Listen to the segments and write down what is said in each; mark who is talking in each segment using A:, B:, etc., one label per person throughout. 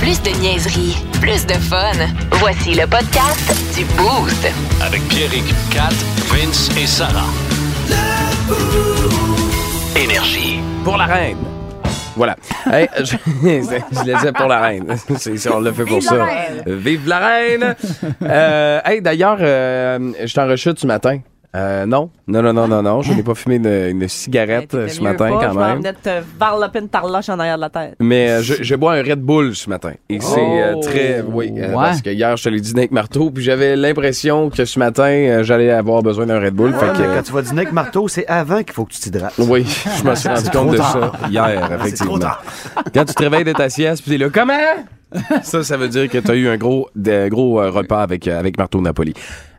A: Plus de niaiserie, plus de fun. Voici le podcast du Boost.
B: Avec Pierrick, Kat, Vince et Sarah. Énergie.
C: Pour la reine. Voilà. Hey, je, je l'ai dit pour la reine. C'est- c'est- on l'a fait pour
D: Vive
C: ça.
D: la reine.
C: Vive la reine! Euh, hey, d'ailleurs, euh, je t'en rechute ce matin. Euh, non, non, non, non, non, non. Je n'ai pas fumé une, une cigarette euh, ce
E: Mieux
C: matin
E: pas,
C: quand
E: Je m'en
C: même.
E: venais de te varloper une tarloche en arrière de la tête.
C: Mais euh, je- j'ai bois un Red Bull ce matin. Et c'est euh,
E: Oh.
C: très. Oui, euh,
F: Ouais.
C: parce que hier, je te l'ai dîné avec Marteau, puis j'avais l'impression que ce matin, euh, j'allais avoir besoin d'un Red Bull. fait
G: Fait que
C: que,
G: quand tu vas dîner avec Marteau, c'est avant qu'il faut que tu t'hydrates.
C: Oui, je me suis rendu
G: C'est trop
C: compte de ça
G: tard.
C: hier,
G: C'est
C: effectivement.
G: trop tard.
C: Quand tu te réveilles de ta sieste, puis t'es là, comment? Ça, ça veut dire que t'as eu un gros, de- gros euh, repas avec, euh, avec Marteau Napoli.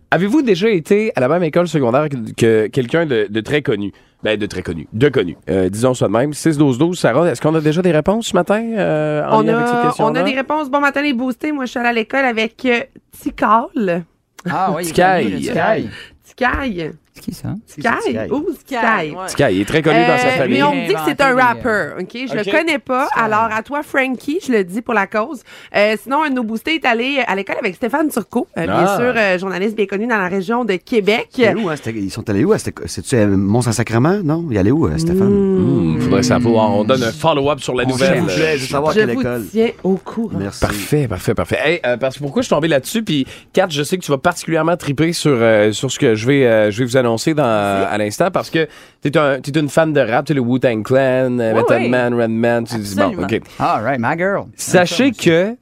C: Avez-vous déjà été à la même école secondaire que, que quelqu'un de, de très connu? Ben, de très connu, de connu. Euh, disons ça de même. 6-12-12, Sarah, est-ce qu'on a déjà des réponses ce matin euh, en
H: On
C: lien avec ces
H: a, on
C: questions-là?
H: a des réponses. Bon matin, les boostés. Moi, je suis allée à l'école avec euh, Tical.
F: Ah
C: oui, il est Ticaille. connu, le Ticaille.
H: Ticaille.
F: C'est qui ça?
H: Ticaille. Ouh, Ticaille.
C: Ticaille, il est très connu dans sa
H: Euh,
C: famille.
H: Mais on me dit que c'est un rapper,
F: euh,
H: OK? Je
C: Ok.
H: le connais pas. Alors, à toi, Frankie, je le dis pour la cause. Euh, sinon, un de nos boostés est allé à l'école avec Stéphane Turcot, euh, bien
C: Ah.
H: sûr, euh, journaliste bien connu dans la région de Québec.
G: C'était où, hein? C'était- Ils sont allés où? hein? C'était- C'est-tu à Mont-Saint-Sacrement? Non? Il allait où, euh, Stéphane?
C: Mmh, faudrait savoir. On
H: Mm.
C: donne un follow-up sur la nouvelle.
G: Je voulais juste savoir
H: Je
G: quelle
H: vous
G: école.
H: tiens au courant.
G: Merci.
C: Parfait, parfait, parfait. Hey, euh, parce que pourquoi je suis tombé là-dessus, puis Kat, je sais que tu vas particulièrement triper sur, euh, sur ce que je vais, euh, je vais vous annoncer dans, à l'instant, parce que t'es, un, t'es une fan de rap, t'es le Wu-Tang Clan, euh,
E: Oui,
C: Method
E: oui.
C: Man, Red Man, tu dis bon,
E: Absolument.
C: ok.
F: All right, my girl.
C: Sachez que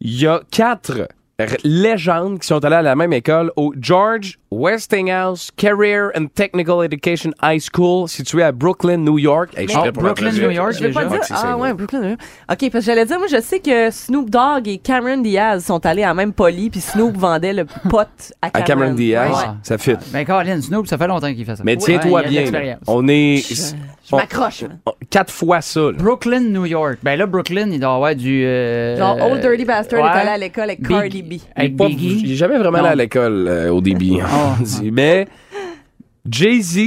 C: il y a quatre r- légendes qui sont allées à la même école au George Westinghouse Career and Technical Education High School situé à Brooklyn, New York. Hey, je suis
E: Mais-
C: prêt pour la
F: Oh, Brooklyn,
C: traduire.
F: New York,
E: Je vais pas
F: déjà.
E: dire.
C: Maxi, c'est
E: Ah
C: bon.
E: ouais, Brooklyn. euh. OK, parce que j'allais dire, moi, je sais que Snoop Dogg et Cameron Diaz sont allés à même poli, puis Snoop vendait le pote à
C: À
E: Cameron,
C: Cameron Diaz,
E: Ouais.
F: Ouais.
C: ça fit.
F: Ben, Colin Snoop, ça fait longtemps qu'il fait ça.
C: Mais tiens-toi
F: Ouais, il y a de
C: bien.
F: l'expérience.
C: On est
E: Je m'accroche. moi.
C: on- quatre fois ça. là.
F: Brooklyn, New York. Ben là, Brooklyn, il doit avoir du. euh,
E: Genre, Old Dirty Bastard
F: ouais.
E: est allé à l'école avec
F: Big-
E: Cardi B.
F: Avec
C: Pas-
F: Biggie.
C: Il est jamais vraiment allé à
F: Non. Oh.
C: l'école euh, au début. on dit. Mais Jay-Z,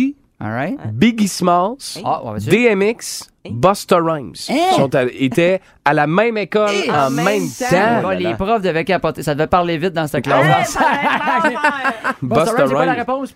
F: All right.
E: Ah.
C: Biggie Smalls,
F: Ah, ouais, vas-y.
C: DMX, Busta Rhymes sont à- étaient à la même école
F: Ah,
C: en même, temps.
F: Bon, les profs devaient capoter. Ça devait parler vite dans cette classe. Busta
C: Busta
F: Rhymes, c'est quoi la
C: Rhymes.
F: réponse?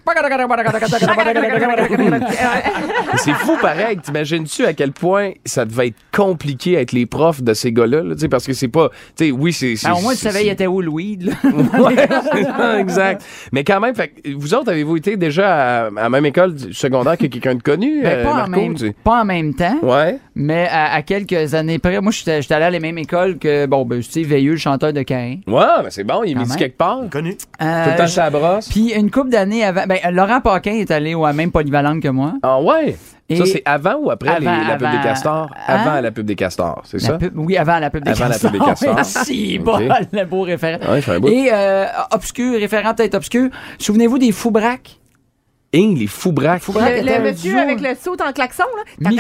C: C'est fou pareil. T'imagines-tu à quel point ça devait être compliqué avec les profs de ces gars-là? là, tu sais, parce que c'est pas. tu sais, oui, c'est.
F: Ben, au
C: c'est-
F: moins, tu
C: c'est-
F: savais, il était où le weed, là?
C: Euh, Ouais, c'est ça, exact. Mais quand même, fait que vous autres, avez-vous été déjà à, à la même école du secondaire que quelqu'un de connu?
F: Ben,
C: euh,
F: pas, en
C: Marco,
F: même,
C: tu-
F: pas en même temps,
C: Ouais.
F: mais à, à quelques années près. Moi, j'étais j'étais allé à la même école que, bon, ben, tu sais, Veilleux, le chanteur de Caïn.
C: Ouais, mais c'est bon, il est
F: Quand
C: midi
F: même. Euh,
C: quelque part.
G: Connu.
C: Tout le temps sur la brosse.
F: Puis une couple d'années avant, ben, euh, Laurent Paquin est allé au à même polyvalente que moi.
C: Ah ouais?
F: Et-
C: ça, c'est avant ou après les-
F: Avant,
C: la pub des
F: avant.
C: castors?
F: Hein?
C: Avant la pub des castors, c'est
F: La
C: ça?
F: pub- oui, avant la pub des
C: Avant la
F: Castors.
C: pub des Castors.
F: si,
C: Ok.
F: bon, le beau référent.
C: Ouais, c'est un beau.
F: Et euh, obscur, référent peut-être obscur. Souvenez-vous des Foubraques?
C: Hey, les fous braques.
H: Le,
F: était
H: le
F: un
H: monsieur
F: duo.
H: avec le saut en klaxon, là. Il
F: Michel- Il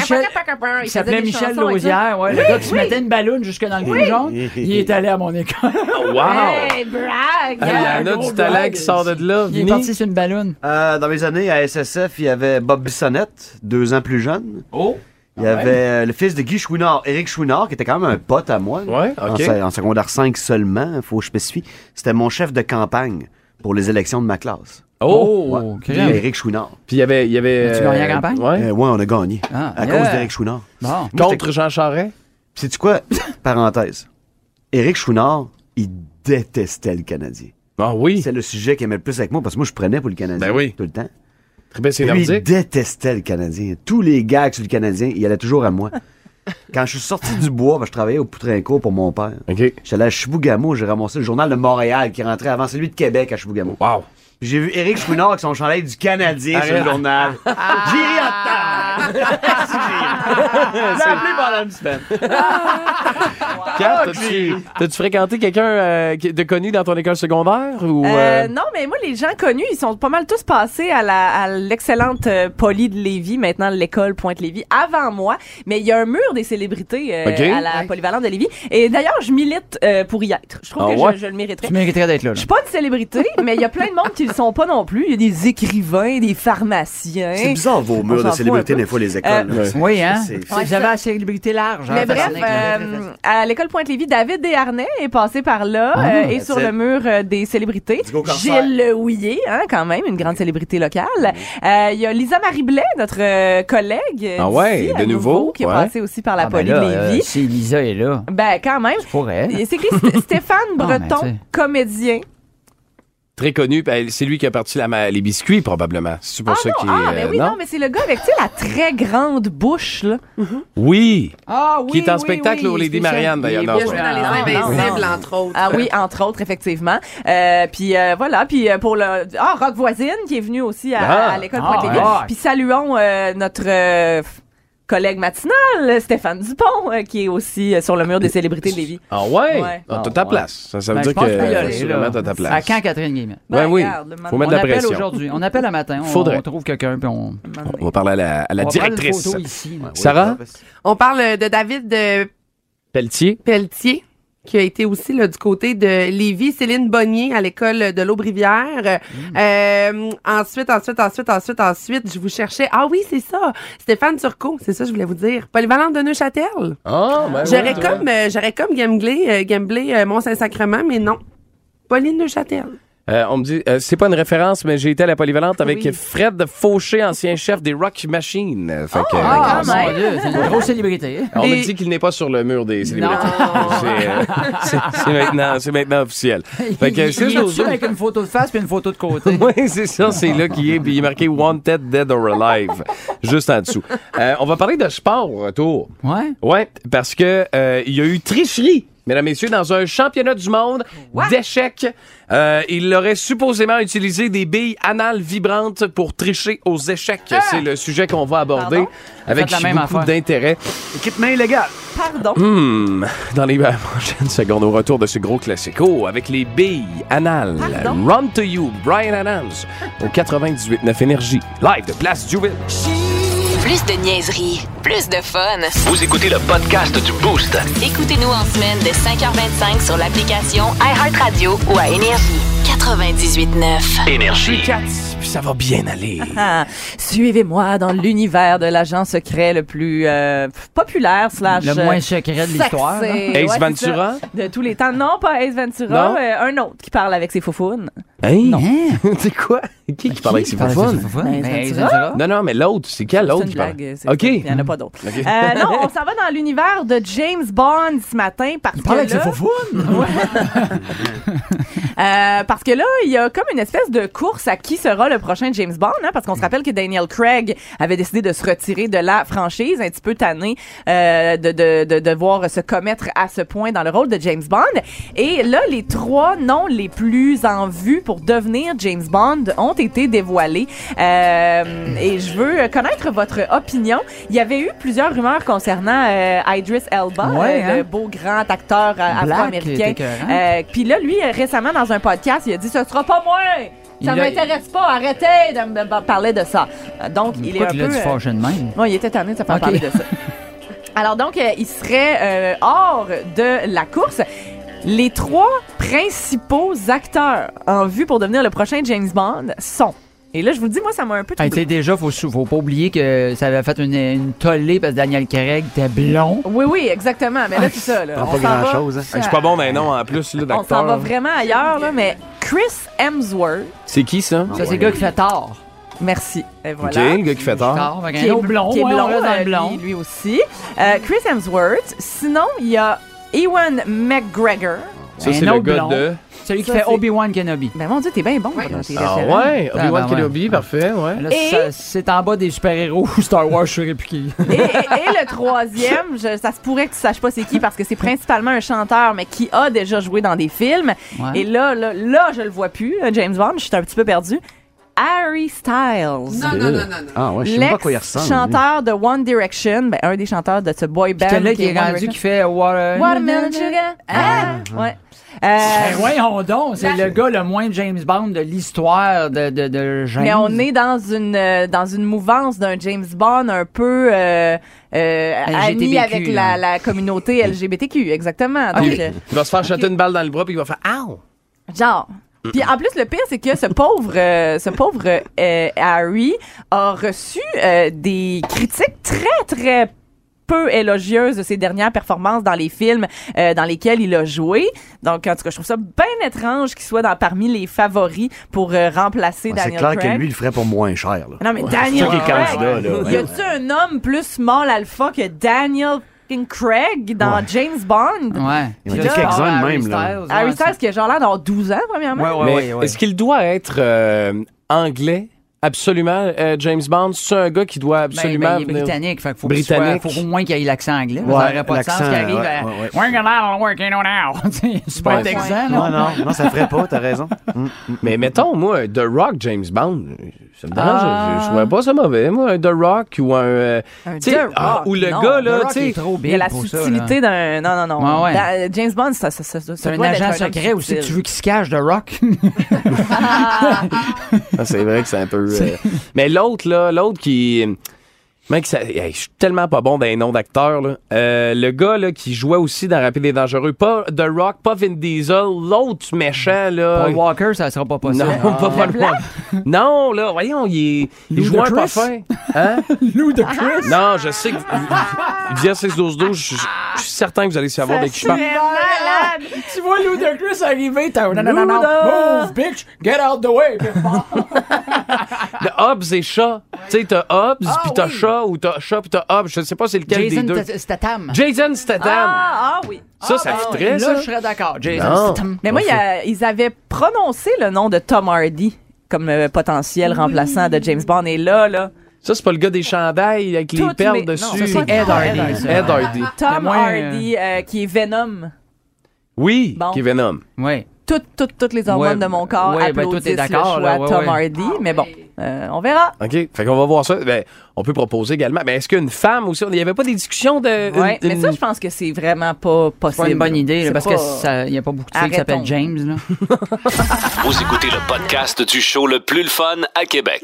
H: faisait
F: s'appelait
H: des
F: Michel
H: chansons et
F: Lausière, ouais, le gars qui se mettait une ballonne jusque dans le cou jaune. Il est allé à mon école.
C: Wow!
H: ça. Hey, brague!
C: Il y en a du talent qui sort de là.
F: Il est
C: Vinny.
F: parti sur une ballonne.
G: Euh, dans mes années à SSF, il y avait Bob Bissonnette, deux ans plus jeune.
C: Oh!
G: Il y avait euh, le fils de Guy Chouinard, Éric Chouinard, qui était quand même un pote à moi. là.
C: Ouais, ok.
G: En se- En, secondaire 5 seulement, faut que je spécifie. C'était mon chef de campagne pour les élections de ma classe.
C: Oh!
F: Oh,
G: Puis
F: crème.
G: Éric Chouinard.
C: Puis il y avait. il Y avait
F: Tu gagnes la campagne?
C: Ouais.
G: Euh, ouais, on a gagné.
F: Ah,
G: à
F: yeah.
G: cause d'Éric Chouinard.
F: Bon.
G: Moi, j'étais-
C: Contre Jean Charest?
G: Sais-tu quoi? Parenthèse. Éric Chouinard, il détestait le Canadien.
C: Ah oui!
G: C'est le sujet qu'il aimait le plus avec moi parce que moi, je prenais pour le Canadien
C: Ben oui.
G: tout le temps.
C: Très bien, Eh ben, c'est
G: Lui, il
C: nordique.
G: détestait le Canadien. Tous les gags sur le Canadien, il allait toujours à moi. Quand je suis sorti du bois, ben, je travaillais au Poutrincourt pour mon père.
C: OK.
G: J'étais allé à Chibougamau, j'ai ramassé le journal de Montréal qui rentrait avant celui de Québec à Chibougamau.
C: Wow!
G: Puis J'ai vu Éric Chouinard avec son chandail du Canadien sur
C: Arrête.
G: le journal. J'ai ri en temps. J'ai appelé
E: Ah.
G: pendant une semaine.
C: Kat, Ah, t'as-tu t'as-tu fréquenté quelqu'un euh, qui- de connu dans ton école secondaire? ou
E: Euh,
C: euh,
E: non, mais moi, les gens connus, ils sont pas mal tous passés à la- à l'excellente euh, Poly de Lévis, maintenant l'école Pointe-Lévis, avant moi. Mais il y a un mur des célébrités euh,
C: Ok.
E: à la Polyvalente de Lévis. Et d'ailleurs, je milite euh, pour y être. Je trouve
C: Ah
E: que
C: ouais?
E: je, je le
F: Tu
E: mériterais.
F: mériterais d'être là.
E: Je
F: là.
E: suis pas une célébrité, mais il y a plein de monde qui le sont pas non plus. Il y a des écrivains, des pharmaciens.
G: C'est bizarre vos
E: s'en
G: murs
E: fout
G: de
E: un
G: célébrité
E: peu.
G: des fois les écoles.
E: Euh,
G: là.
C: Ouais.
G: C'est-
F: Oui, hein?
G: c'est-
F: J'avais la célébrité large. hein,
E: Mais bref,
F: Patrick, là.
E: euh, à l'école Pointe-Lévis, David Desharnais est passé par là
F: Ah,
E: euh, et
G: that's
E: sur
G: it.
E: le mur euh, des célébrités.
G: Let's go, cancer.
E: Gilles Houillet, hein, quand même, une grande célébrité locale. Euh, Il y a Lisa Marie Blais, notre euh, collègue. euh,
C: Ah ouais,
E: d'ici,
C: de
E: à
C: nouveau,
E: Qui est
C: ouais.
E: passée aussi par la
F: Ah, ben
E: Poly
F: là,
E: de
F: euh,
E: Lévis.
F: si Lisa est là,
E: Ben, quand même.
F: c'est pour elle.
E: Et C'est qui Sté- Stéphane
F: Ah, ben,
E: Breton,
F: tu sais.
E: comédien.
C: Très connu. ben, c'est lui qui a parti la, ma- les biscuits, probablement. C'est pour
E: Ah
C: ça
E: non,
C: qu'il
E: ah,
C: est- euh,
E: ben oui, non, mais c'est le gars avec, tu sais, la très grande bouche, là.
C: Oui!
F: Ah
C: Qui est en spectacle au Lady
E: c'est
C: Marianne, d'ailleurs.
E: Il est
C: Non,
E: bien
C: c'est
E: joué
C: pas
E: dans
H: les
E: les
C: Ah,
H: Invincibles,
E: Invincibles,
H: entre autres.
E: Ah oui, entre autres, effectivement. Euh, puis euh, voilà, puis euh, pour le ah Rock voisine qui est venu aussi à,
C: Ah.
E: à l'école
F: Ah,
E: Pointe-Lévis.
F: ouais.
E: Puis saluons euh, notre euh, f- collègue matinal Stéphane Dupont euh, qui est aussi euh, sur le mur des célébrités de Lévis.
C: Ah ouais?
E: Ouais.
C: Ah, t'as
F: Ah
C: ta
F: ouais.
C: place. Ça, ça veut
F: Ben,
C: dire
F: je pense
C: que
F: qu'il faut y aller,
C: sûrement
F: là.
C: t'as ta place.
F: À quand, Catherine Guillemin?
C: Ben
E: Ben,
C: oui.
E: regarde, le man-
C: Faut mettre
F: on
C: de la
F: appelle
C: pression.
F: aujourd'hui. On appelle le matin. On,
C: Faudrait.
F: on trouve quelqu'un puis on,
C: On va parler à la, à la
F: on va prendre une
C: directrice.
F: photo ici.
E: Ah
C: Sarah?
H: On parle de David euh,
C: Pelletier.
H: Pelletier, qui a été aussi là, du côté de Lévis, Céline Bonnier à l'école de l'Aubrivière. Euh, ensuite, ensuite, ensuite, ensuite, ensuite, je vous cherchais. Ah oui, c'est ça. Stéphane Turcot, c'est ça que je voulais vous dire. Polyvalente de Neuchâtel.
C: Ah, ben
H: J'aurais
C: oui, toi.
H: comme, euh, j'aurais comme gamblé, euh, gamblé euh, Mont-Saint-Sacrement, mais non. Pauline Neuchâtel.
C: Euh, on me dit, euh, c'est pas une référence, mais j'ai été à la polyvalente avec
H: Oui.
C: Fred Fauché, ancien chef des Rock Machines. Euh,
E: Oh,
C: fait que,
F: Ah,
C: euh,
F: mon Dieu, c'est une grosse célébrité.
C: on
H: Et-
C: me dit qu'il n'est pas sur le mur des
F: Non.
C: célébrités. C'est, euh, c'est- c'est maintenant, c'est maintenant officiel. Fait que,
F: il
C: c'est
F: est dessus avec une photo de face puis une photo de côté.
C: Oui, c'est ça, c'est là qu'il est, puis il est marqué Wanted, Dead or Alive, juste en dessous. Euh, on va parler de sport au retour.
F: Ouais.
C: Ouais, parce que euh, il y a eu tricherie. Mesdames, Messieurs, dans un championnat du monde d'échecs, Euh, il aurait supposément utilisé des billes anales vibrantes pour tricher aux échecs. C'est le sujet qu'on va aborder
E: Pardon?
C: avec
F: Ah! Faites la même
C: beaucoup
F: affaire.
C: d'intérêt.
G: Équipement illégal.
E: Pardon.
C: Hmm, dans les euh, prochaines secondes, au retour de ce gros classico, avec les billes anales.
E: Pardon?
C: Run to you, Brian Adams, au 98.9 Énergie. Live de Place Duville.
A: Plus de niaiserie, plus de fun.
B: Vous écoutez le podcast du Boost.
A: Écoutez-nous en semaine de 5h25 sur l'application iHeartRadio ou à Énergie. 98.9.
B: Énergie.
C: Puis ça va bien aller.
E: Ah, Suivez-moi dans l'univers de l'agent secret le plus euh, populaire slash
F: Le
E: euh,
F: moins secret de l'histoire. hein?
E: sexy.
F: là.
E: Ouais,
C: Ace
E: c'est
C: Ventura?
E: ça. De tous les temps. Non, pas Ace Ventura.
C: Non?
E: euh, un autre qui parle avec ses faufounes.
C: Hein?
F: Hein?
C: c'est quoi? Qui qui parle avec ses
F: Parle
C: fun?
F: avec ses fun.
E: Ben,
F: Ben,
E: c'est
F: ça.
C: Non, non, mais l'autre, c'est quel l'autre
E: C'est une
C: qui parle?
E: blague, c'est-
C: OK.
E: Il n'y en a pas d'autres. Euh, non, on s'en va dans l'univers de James Bond ce matin parce
F: Il parle avec
E: que
F: ses
E: là,
F: faufounes.
E: euh, parce que là, il y a comme une espèce de course à qui sera le prochain James Bond, hein, parce qu'on se rappelle que Daniel Craig avait décidé de se retirer de la franchise, un petit peu tanné euh, de, de, de devoir se commettre à ce point dans le rôle de James Bond. Et là, les trois noms les plus en vue pour devenir James Bond ont été dévoilés. Euh, et je veux connaître votre opinion. Il y avait eu plusieurs rumeurs concernant euh, Idris Elba,
F: Ouais,
E: euh, le
F: hein.
E: beau grand acteur euh,
F: Black,
E: afro-américain.
F: t'es écœurant.
E: Euh, Puis là, lui, euh, récemment, dans un podcast, il a dit Ce sera pas moi
F: Il
E: Ça
F: a-
E: m'intéresse pas, arrêtez de me me parler de ça. Euh, Donc, il est un
F: Pourquoi tu l'as
E: peu.
F: dit
E: euh,
F: fâché de même?
E: Bon, il était tanné de se faire
F: Ok.
E: parler de ça. Alors donc, euh, il serait euh, hors de la course. Les trois principaux acteurs en vue pour devenir le prochain James Bond sont. Et là, je vous le dis, moi, ça m'a un peu troublé.
F: Hey, tu sais, déjà, faut, sou- faut pas oublier que ça avait fait une, une tollée parce que Daniel Craig était blond.
E: Oui, oui, exactement. Mais là, tout ça, là,
G: Prends
E: on
G: pas
E: s'en va-
G: grand-chose, hein.
C: Hey, Je suis pas bon mais non, en plus, là,
E: On s'en va
C: d'acteur.
E: vraiment ailleurs, là, mais Chris Hemsworth,
C: C'est qui, ça?
F: Ça, c'est le gars qui fait tard.
E: merci. Et
C: OK,
E: voilà.
C: le gars qui fait tard.
F: Tard, fait
E: Qui
F: qu'un
E: est
F: autre blond,
E: qui est
F: ouais, on
E: blond,
F: reste dans
E: euh,
F: le blond.
E: Lui, lui aussi. Euh, Chris Hemsworth. Sinon, il y a Ewan McGregor.
C: Ça,
F: Un
C: c'est le
F: autre
C: gars
F: blond.
C: de...
F: Celui qui
E: Ça,
F: fait
E: c'est-
F: Obi-Wan Kenobi.
E: Ben mon Dieu, t'es bien bon dans tes
C: Ah
E: référents.
C: ouais,
F: Ah,
C: Obi-Wan
F: ben ouais.
C: Kenobi, parfait, ouais.
F: Ben Là,
E: Et-
F: ça- c'est en bas des super-héros Star Wars, je suis répliqué.
E: Et, et- et le troisième, je- ça se pourrait que tu saches pas c'est qui parce que c'est principalement un chanteur, mais qui a déjà joué dans des films.
F: Ouais.
E: Et là, là, là, je le vois plus, euh, James Bond, je suis un petit peu perdu. Harry Styles.
H: Non, non, non, non. non.
G: Ah ouais, je sais même pas à quoi il ressemble. lui.
E: L'ex-chanteur de One Direction, ben, un des chanteurs de ce boy band.
F: Puis t'as là qui
E: est
F: est
E: One
F: rendu
E: Direction.
F: qui fait Water.
E: Watermelon Sugar. Ah! Ouais.
F: Ben
E: Euh,
F: voyons donc, c'est
E: Ben,
F: le gars le moins James Bond de l'histoire de, de, de
G: Ben
F: James.
E: Mais on est dans une euh, dans une mouvance d'un James Bond un peu euh, euh, ami
F: LGBTQ,
E: avec la,
F: hein.
E: la communauté LGBTQ, exactement. Donc,
C: Il, il va se faire jeter une balle dans le bras puis il va faire Ow!
E: euh, genre. Puis en plus le pire c'est que ce pauvre euh, ce pauvre euh, Harry a reçu euh, des critiques très très peu élogieuse de ses dernières performances dans les films euh, dans lesquels il a joué. Donc, en tout cas, je trouve ça bien étrange qu'il soit dans, parmi les favoris pour euh, remplacer
G: Ouais, c'est
E: Daniel
G: clair
E: Craig.
G: que lui, il le ferait pour moins cher. là.
E: Non, mais
G: C'est
E: Daniel
G: ça qui est
E: Craig!
G: candidat, là.
E: Y a-tu un homme plus small alpha que Daniel fucking Craig dans
G: Ouais.
E: James Bond?
F: Ouais.
G: Il y en a quelques-uns de même, là.
E: Harry Styles qui a genre l'air d'avoir 12 ans, premièrement.
F: Ouais, ouais,
C: Mais
F: ouais, ouais.
C: est-ce qu'il doit être euh, anglais? Absolument. euh, James Bond, c'est un gars qui doit
F: Ben, ben,
C: absolument
F: il est
C: venir-
F: britannique, fait qu'il faut
C: Britannique.
F: qu'il soit- faut au moins qu'il ait l'accent anglais.
G: Ouais,
F: ça n'aurait pas de sens
G: l'accent,
F: qu'il arrive
G: ouais,
F: à...
G: ouais, ouais.
F: We're gonna work in on out. Tu sais, Super
C: Ouais.
F: texan,
G: Non,
F: là.
G: non, non, ça le ferait pas, t'as raison. Mm.
C: Mais mettons, moi, un The Rock, James Bond, ça me dérange.
F: Ah.
C: Je, je trouvais pas ça mauvais. Moi, un The Rock ou un. euh,
E: Un
C: tu sais,
E: The
C: ah,
E: Rock,
C: ou le
E: non,
C: gars,
E: The
C: là,
F: Rock,
C: tu
F: il est
C: sais.
F: trop
E: Il y a
F: oh, big
E: la
F: pour ça,
E: subtilité d'un. Non, non, non.
F: Ouais, ouais.
E: Da- James Bond, ça, ça, ça, ça,
F: C'est un
E: doit être
F: agent
E: homme
F: secret aussi.
E: subtil.
F: Tu veux qu'il se cache de Rock?
C: Ah, c'est vrai que c'est un peu. euh, Mais l'autre, là, l'autre qui. Mec, ça- hey, je suis tellement pas bon dans les noms d'acteurs. là. Euh, le gars là, qui jouait aussi dans Rapide et Dangereux, pas The Rock, pas Vin Diesel, l'autre méchant. là.
F: Paul Walker, ça sera pas possible.
C: Non, pas Paul Walker. Non, là, voyons, il est, il
F: Lou
C: joue un
F: de
C: pas
F: Chris?
C: fin. Hein?
F: Lou de Chris.
C: Non, je sais que vous- vous- via 6-12-12, je suis- je suis certain que vous allez savoir dès qui je parle.
E: hein.
F: tu vois Lou de Chris arriver, t'as... Non, non, non, non.
E: Luda.
F: Move, bitch. Get out the way.
C: Le Hobbs et Chat. Tu sais, t'as Hobbs,
E: Ah
C: puis t'as Chat, ou t'as Chat, puis t'as Hobbs. Je sais pas c'est lequel des
F: Jason
C: deux.
F: Tat- Statham.
C: Jason Statham.
E: Ah, ah oui.
C: ça, ça fitterait,
F: Là, je
C: ça.
F: serais d'accord. Jason
C: Non.
F: Statham.
E: Mais moi, il y a- ils avaient prononcé le nom de Tom Hardy comme euh, potentiel remplaçant de James Bond. Et là, là,
C: Ça, c'est pas le gars des chandails avec les
E: Toutes
C: perles
E: mes- non,
C: dessus.
E: ça, c'est Ed
F: Ed Hardy,
E: Hardy.
F: ça.
C: Ed Hardy.
E: Tom
F: moi, euh,
E: Hardy, euh, qui est Venom.
C: Oui, Hum.
E: Bon.
C: qui est Venom.
F: Oui.
E: Toutes, toutes, toutes les hormones
F: Ouais,
E: de mon corps
F: ouais, ben,
E: applaudissent
F: toi, t'es
E: le choix
F: d'accord, là, ouais,
E: Tom
F: ouais.
E: Hardy. mais bon, euh, on verra.
C: OK. Fait qu'on va voir ça. Ben, on peut proposer également. Mais est-ce qu'une femme aussi? Il n'y avait pas des discussions de.
E: Ouais,
C: une-
E: mais ça, je pense que c'est vraiment pas possible.
F: C'est pas une bonne idée, là,
E: C'est
F: parce
E: pas-
F: qu'il n'y a pas beaucoup de filles qui
E: Arrêtons.
F: s'appellent James. Là.
B: Vous écoutez le podcast du show le plus le fun à Québec.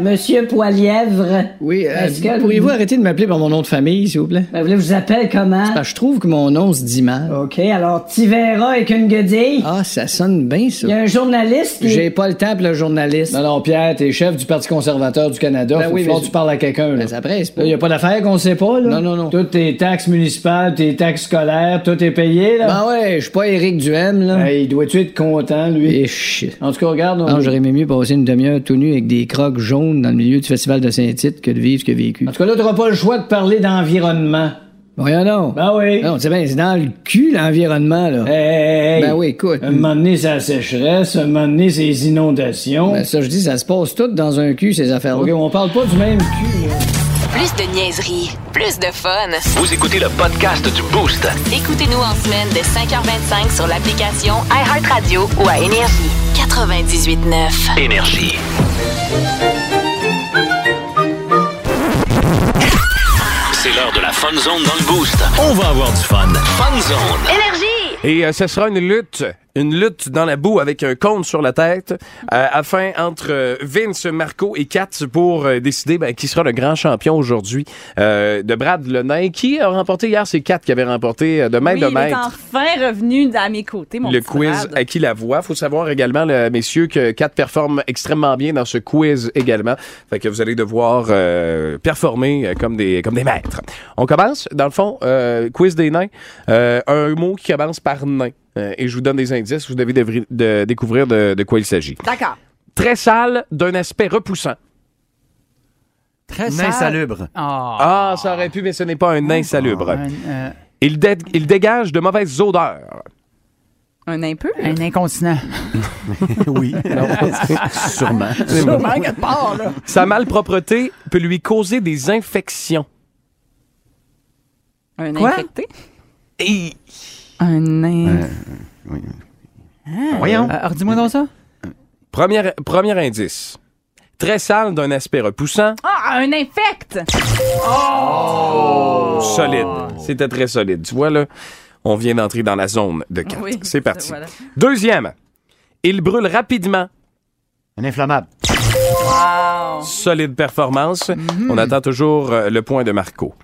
I: Monsieur Poilièvre.
J: Oui, euh,
I: Est-ce que-
J: pourriez-vous arrêter de m'appeler par mon nom de famille, s'il vous plaît?
I: Ben, vous voulez que je vous appelle comment?
J: Parce que je trouve que mon nom se dit mal.
I: OK, alors, Tivera avec une guedille.
J: Ah, ça sonne bien, ça.
I: Il y a un journaliste qui...
J: J'ai pas le temps pour le journaliste. Non, non, Pierre, t'es chef du Parti conservateur du Canada. Ben oui, mais tu parles à quelqu'un. Ben, ça presse pas. Il y a pas d'affaires qu'on sait pas, là. Non, non, non. Toutes tes taxes municipales, tes taxes scolaires, tout est payé, là. Ben ouais, je suis pas Éric Duhem, là. il doit-tu être content, lui? Et shit. En tout cas, regarde. Non, j'aurais aimé mieux passer une demi-heure tout nu avec des crocs jaunes dans le milieu du festival de Saint-Tite que de vivre ce que vécu. En tout cas, là, t'auras pas le choix de parler d'environnement. Voyons donc. Ben oui. Non, tu sais bien, c'est dans le cul, l'environnement, là. Ben oui, écoute. Un moment donné, c'est la sécheresse, un moment donné, c'est les inondations. Ben ça, je dis, ça se passe tout dans un cul, ces affaires-là. OK, on parle pas du même cul,
A: Plus de niaiserie. Plus de fun.
B: Vous écoutez le podcast du Boost.
A: Écoutez-nous en semaine dès 5h25 sur l'application iHeartRadio ou à Énergie. 98.9.
B: Énergie. C'est l'heure de la fun zone dans le Boost. On va avoir du fun. Fun zone.
C: Et euh, ce sera une lutte, une lutte dans la boue avec un cône sur la tête, euh, afin entre euh, Vince, Marco et Kat pour euh, décider ben, qui sera le grand champion aujourd'hui euh, de Brad Lenay, qui a remporté hier, c'est Kat qui avait remporté euh, de main
E: Oui,
C: de
E: il est
C: maître.
E: enfin revenu à mes côtés, mon
C: Le
E: petit
C: quiz
E: Brad.
C: à qui la voix. Faut savoir également, là, messieurs, que Kat performe extrêmement bien dans ce quiz également. Fait que vous allez devoir euh, performer euh, comme des comme des maîtres. On commence, dans le fond, euh, quiz des nains. Euh, un mot qui commence par nain. Euh, et je vous donne des indices. Vous devez devri- de- découvrir de, de quoi il s'agit.
E: D'accord.
C: Très sale, d'un aspect repoussant.
F: Très
G: Nain
F: sale.
G: salubre.
F: Ah.
C: Ah, ça aurait pu, mais ce n'est pas un
E: Oh,
C: nain salubre.
F: Un, euh,
C: Il, dé- il dégage de mauvaises odeurs.
E: Un impur.
F: un incontinent.
G: Oui. Sûrement.
C: Sa malpropreté peut lui causer des infections.
E: Un
F: Quoi?
E: infecté. Un in...
G: Voyons.
F: Euh, Redis-moi donc ça.
C: Premier, premier indice. Très sale d'un aspect repoussant,
E: Ah, un infect!
C: solide.
E: Oh.
C: C'était très solide. Tu vois, là, on vient d'entrer dans la zone de 4.
E: Oui,
C: C'est parti.
E: voilà.
C: Deuxième. Il brûle rapidement.
G: Un inflammable.
E: Wow.
C: Solide performance.
E: Mhm.
C: On attend toujours euh, le point de Marco.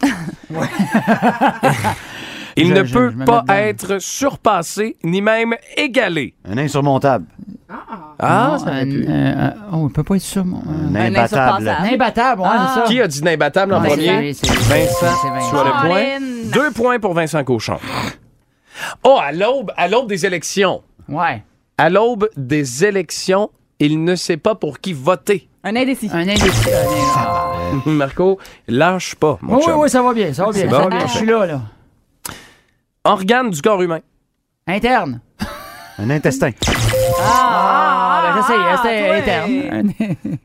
C: Il
F: Je-
C: ne
F: je-
C: peut
F: je me
C: pas
F: mets dedans.
C: être surpassé ni même égalé.
G: Un insurmontable.
C: Ah,
F: Non,
C: ça aurait
F: un-
C: pu.
F: un- un- oh, on peut pas être sûr, mon.
G: Un
E: Un
G: imbattable.
E: insurpassable.
F: Un imbattable, ouais,
E: Ah.
F: c'est ça.
C: Qui a dit n'imbattable en
F: Ouais, c'est-
C: premier?
F: c'est- c'est-
C: Vincent,
F: c'est Vincent.
C: tu as le point.
E: Colin.
C: Deux points pour Vincent Cochon. Oh, à l'aube, à l'aube des élections.
F: Ouais.
C: À l'aube des élections, il ne sait pas pour qui voter.
E: Un indécis.
F: Un indécis. un indécis.
C: Marco, lâche pas, mon
F: Oui, oui,
C: chum.
F: oui, ça va bien, ça va bien.
C: Bon,
F: ça va
C: bien
F: bien. Je
C: fait.
F: suis là, là.
C: Organe du corps humain.
F: Interne.
G: Un intestin.
F: Ah, ben, j'essayais, c'était
E: toi.
F: interne.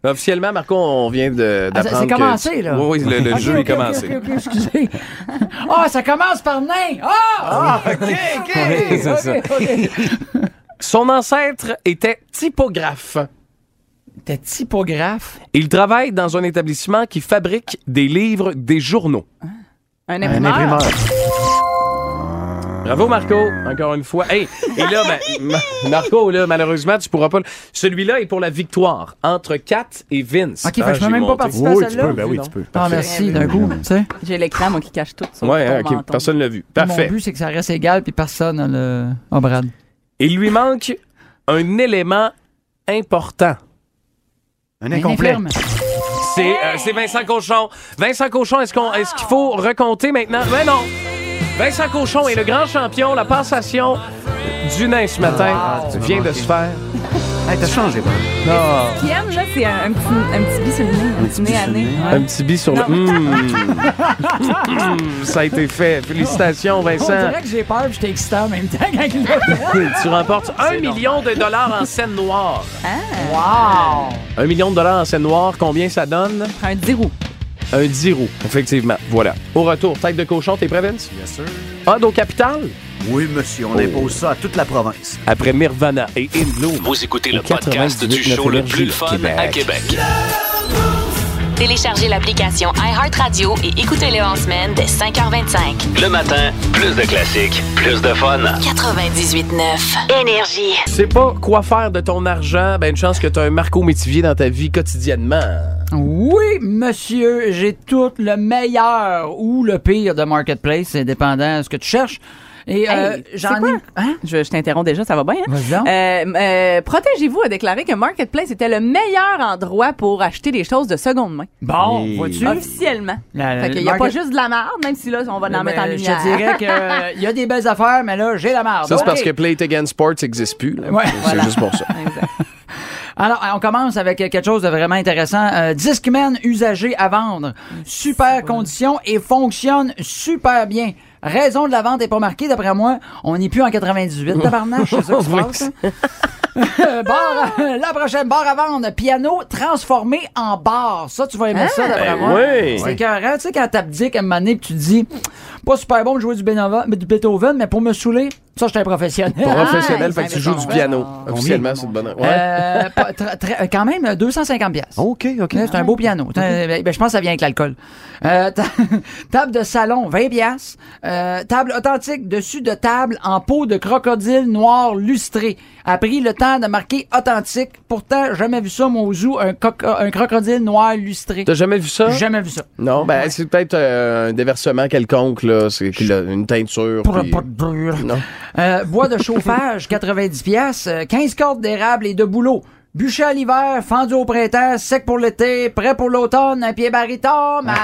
C: Officiellement, Marco, on vient de-
F: Ah, c'est-
C: d'apprendre
F: c'est
C: que-
F: commencé, là.
C: Oui, oui, le, le
F: Ok,
C: jeu
F: ok,
C: est commencé.
F: ok, ok, ok, excusez. Ah, ça commence par nain. Ah!
C: Oui, c'est ça. Son ancêtre était typographe.
F: T'es typographe.
C: Il travaille dans un établissement qui fabrique des livres, des journaux.
E: Un
G: Un
E: imprimeur.
G: imprimeur.
C: Bravo, Marco, encore une fois. Hey, et là, ben, ma- Marco, là, malheureusement, tu pourras pas. le- Celui-là est pour la victoire entre Kat et Vince. Ah,
F: Ok, fait que je peux
C: j'ai
F: même pas
C: monté.
F: participer.
G: Oui,
F: à
G: tu
F: celle-là?
G: peux. Ben oui, tu peux.
F: Ah, merci, d'un coup, tu sais.
E: J'ai l'écran, moi, qui cache tout ça.
C: Ouais, hein, ok, personne ne l'a vu. Parfait.
F: Mon but, c'est que ça reste égal, puis personne n'a le. Oh, Brad.
C: Il lui manque un élément important.
G: Un
F: Un
G: incomplet.
F: infirme.
C: C'est euh, c'est Vincent Cochon. Vincent Cochon, est-ce qu'on est-ce qu'il faut recompter maintenant Ben non. Vincent Cochon est le grand champion, la passation du nain ce
F: Ah,
C: matin vient de se faire.
G: Hey, t'as changé, Brad.
C: Non,
E: Qui aime, là, c'est un, un petit, un petit bis sur le nez, un petit nez à
G: sur le
E: nez.
G: nez.
E: Ouais.
C: un petit bis sur le Mm. Mm, ça a été fait. Félicitations
F: On
C: Vincent.
F: dirait que j'ai peur, puis j'étais excité en même temps quand il l'a fait.
C: Tu remportes un million de dollars en scène noire.
F: Wow!
C: Un million de dollars en scène noire, combien ça donne
E: Un 10 roues.
C: Un 10 roues, effectivement. Voilà. Au retour, tête de cochon, t'es prêt, Vince? Bien sûr. Ode au capital,
G: Oui, monsieur, on impose ça à toute la province.
C: après Nirvana et In Bloom.
B: Vous écoutez le
C: Au 98
B: podcast du
C: neuf
B: show le
C: Énergie
B: plus
C: du
B: fun
C: Québec.
B: à Québec.
A: Téléchargez l'application iHeartRadio et écoutez-le en semaine dès 5h25.
B: Le matin, plus de classiques, plus de fun.
A: 98.9. Énergie.
C: Tu sais pas quoi faire de ton argent, ben une chance que t'as un Marco Métivier dans ta vie quotidiennement.
F: Oui, monsieur, j'ai tout le meilleur ou le pire de Marketplace, c'est dépendant de ce que tu cherches. Et euh,
E: Hey,
F: j'en
E: c'est quoi?
F: ai. Hein?
E: Je, je t'interromps déjà, ça va bien. Hein?
F: Vas-y donc.
E: Euh, euh, Protégez-vous a déclaré que Marketplace était le meilleur endroit pour acheter des choses de seconde main.
F: Bon,
G: Et-
F: vois-tu?
E: Officiellement.
F: La- la-
E: Ah, fait qu'il n'y a
F: Market-
E: pas juste de la merde, même si là, on va en mettre en
F: Ben,
E: lumière.
F: Je te dirais qu'il y a des belles affaires, mais là, j'ai la marde.
C: Ça, c'est
F: Ok.
C: parce que Play It Again Sports n'existe plus. là.
F: Ouais.
C: c'est
F: Voilà.
C: juste pour ça.
E: Exact.
F: Alors, on commence avec quelque chose de vraiment intéressant. Euh, Discman usagé à vendre. Super condition et fonctionne super bien. Raison de la vente est pas marquée, d'après moi. On n'est plus en 98, tabarnache, c'est ça qui se passe. Euh, bar à- la prochaine, bar à vendre. Piano transformé en bar. Ça, tu vas aimer ça, d'après
C: Ben
F: moi.
C: oui.
F: C'est écœurant. Tu sais, quand t'abdiques à un moment donné, puis tu dis, pas super bon de jouer du, Benova- du Beethoven, mais pour me saouler, ça, je suis un professionnel. Ah,
C: Professionnel,
E: ils
C: fait que tu
E: avaient
C: joues
E: ton-
C: du piano. Officiellement, c'est de bonne ouais.
F: Euh, pas- tra- tra- euh, quand même, euh, 250 pièces.
G: OK, OK.
F: C'est un beau piano.
C: Ah,
F: C'est un- ben, ben, je pense que ça vient avec l'alcool. Euh, ta- table de salon, 20 pièces. table authentique, dessus de table en peau de crocodile noir lustré. A pris le temps de marquer authentique. Pourtant, jamais vu ça, moi, au zoo, un, coco- un crocodile noir lustré.
C: T'as jamais vu ça?
F: Jamais vu ça.
C: Non, ben c'est peut-être euh, un déversement quelconque, là. C'est qu'il a une teinture.
F: Pour
C: puis-
F: pas de brûle.
C: Non.
F: Euh, bois de chauffage, 90 pièces, 15 cordes d'érable et de boulot. Bûcher à l'hiver, fendu au printemps, sec pour l'été, prêt pour l'automne, un pied baryton, madame,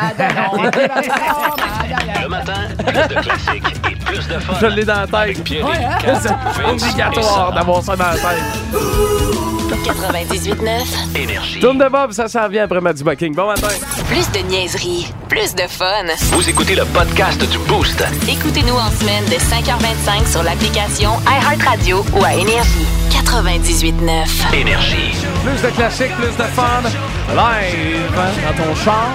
F: un pied baryton, madame.
B: Le matin, plus de classiques et plus de fun.
C: Je l'ai dans la tête.
B: Pierre
C: Obligatoire d'avoir ça dans la tête.
A: 98.9.
B: Énergie.
C: Tourne de Bob, ça s'en vient après Matty Bucking. Bon matin.
A: Plus de niaiserie, plus de fun.
B: Vous écoutez le podcast du Boost.
A: Écoutez-nous en semaine de 5h25 sur l'application iHeartRadio ou à Énergie. 98.9.
B: Énergie.
C: Plus de classiques, plus de fun. Live hein, dans ton char.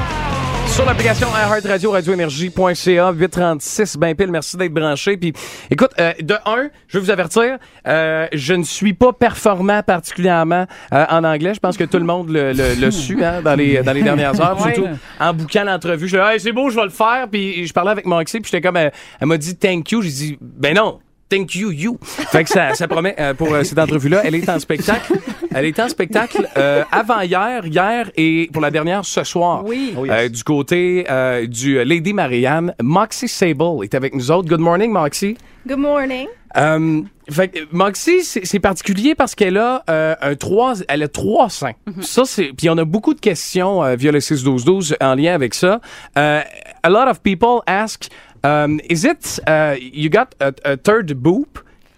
C: Sur l'application iHeartRadio, radioénergie.ca, 836, ben pile, merci d'être branché. Puis, écoute, euh, de un, je veux vous avertir, euh, je ne suis pas performant particulièrement euh, en anglais. Je pense que tout le monde le, le, le su hein, dans, les, dans les dernières heures, puis surtout en bouquant l'entrevue. Je dis, hey, c'est beau, je vais le faire. Puis je parlais avec mon ex, puis j'étais comme, euh, elle m'a dit thank you. J'ai dit, ben non, Thank you, you. Fait que ça, ça promet euh, pour euh, cette entrevue-là. Elle est en spectacle. Elle est en spectacle euh, avant hier, hier et pour la dernière ce soir.
E: Oui.
G: Oh, yes.
C: Euh, du côté euh, du euh, Lady Marianne, Moxie Sable est avec nous autres. Good morning, Moxie.
K: Good morning.
C: Euh, fait que, euh, Moxie, c'est c'est particulier parce qu'elle a euh, un 3, elle a trois seins.
K: Mhm.
C: Ça c'est puis on a beaucoup de questions euh, via le 6 12 12 en lien avec ça. Euh, a lot of people ask um, is it uh, you got a, a third boob?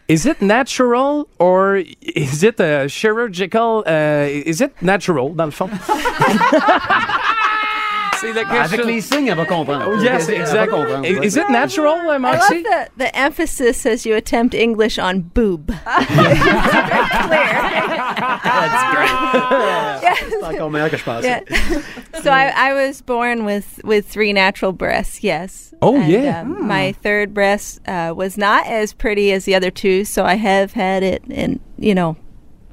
C: Is it natural or is it a chirurgical uh, is it natural dans le fond? c'est la question.
I: Avec les signes, elle va comprendre.
C: Oh, Yes,
I: Elle va
C: exactly.
I: comprendre.
C: Is it natural, uh,
K: I
C: Moxie?
K: love the, the emphasis as you attempt English on boob.
G: C'est encore meilleur que je pensais.
K: Yeah. so I, I was born with, with three natural breasts, yes.
C: Oh,
K: And,
C: yeah.
K: um, My third breast uh, was not as pretty as the other two, so I have had it and, you know,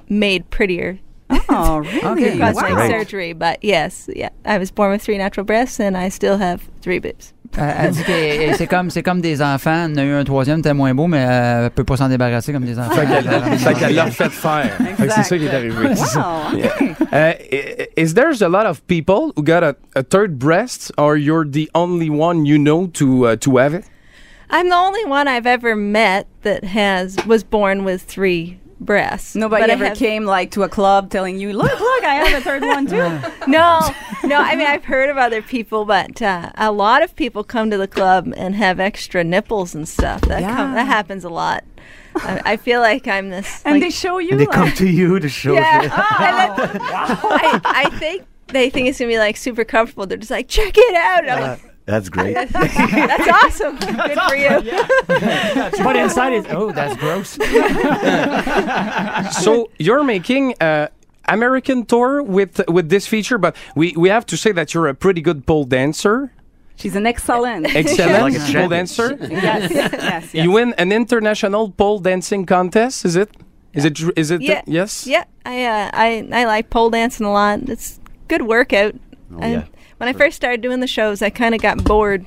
K: made prettier.
E: Oh, really?
K: through cosmetic
G: great.
K: surgery, but yes, yeah, I was born with three natural breasts and I still have three boobs.
F: Euh, elle dit que et c'est comme, c'est comme des enfants. Il y en a eu un troisième, t'es moins beau, mais euh, elle peut pas s'en débarrasser comme des enfants.
C: Fait qu'elle- fait qu'elle l'a fait faire. Fait que C'est ça qui est arrivé.
E: Wow.
C: Uh, i- is there's a lot of people who got a, a third breast, or you're the only one you know to uh, to have it?
K: I'm the only one I've ever met that has was born with three breasts.
E: Nobody
K: But I
E: ever
K: have-
E: came like to a club telling you, look, look, I have a third one too.
K: No, no. I mean, I've heard of other people, but uh, a lot of people come to the club and have extra nipples and stuff. That come, that happens a lot. I, I feel like I'm this.
E: and
K: like-
E: they show you.
G: And they
E: like-
G: come to you to show
K: yeah. Oh,
G: you.
K: and then- I, I think they think it's gonna be like super comfortable. They're just like, check it out. And I'm like,
G: That's great.
K: That's awesome. Good for you.
I: But inside it, oh, that's gross.
C: so you're making uh, American tour with with this feature, but we we have to say that you're a pretty good pole dancer,
E: She's an excellent.
C: excellent
G: Like a
C: pole
G: champion.
C: dancer.
E: yes, yes, yes.
C: You win an international pole dancing contest. Is it? Is it? Is it?
K: Yeah.
C: Yes.
K: Yeah, I uh, I I like pole dancing a lot. It's good workout. I,
G: Oh, yeah.
K: When I first started doing the shows, I kind of got bored.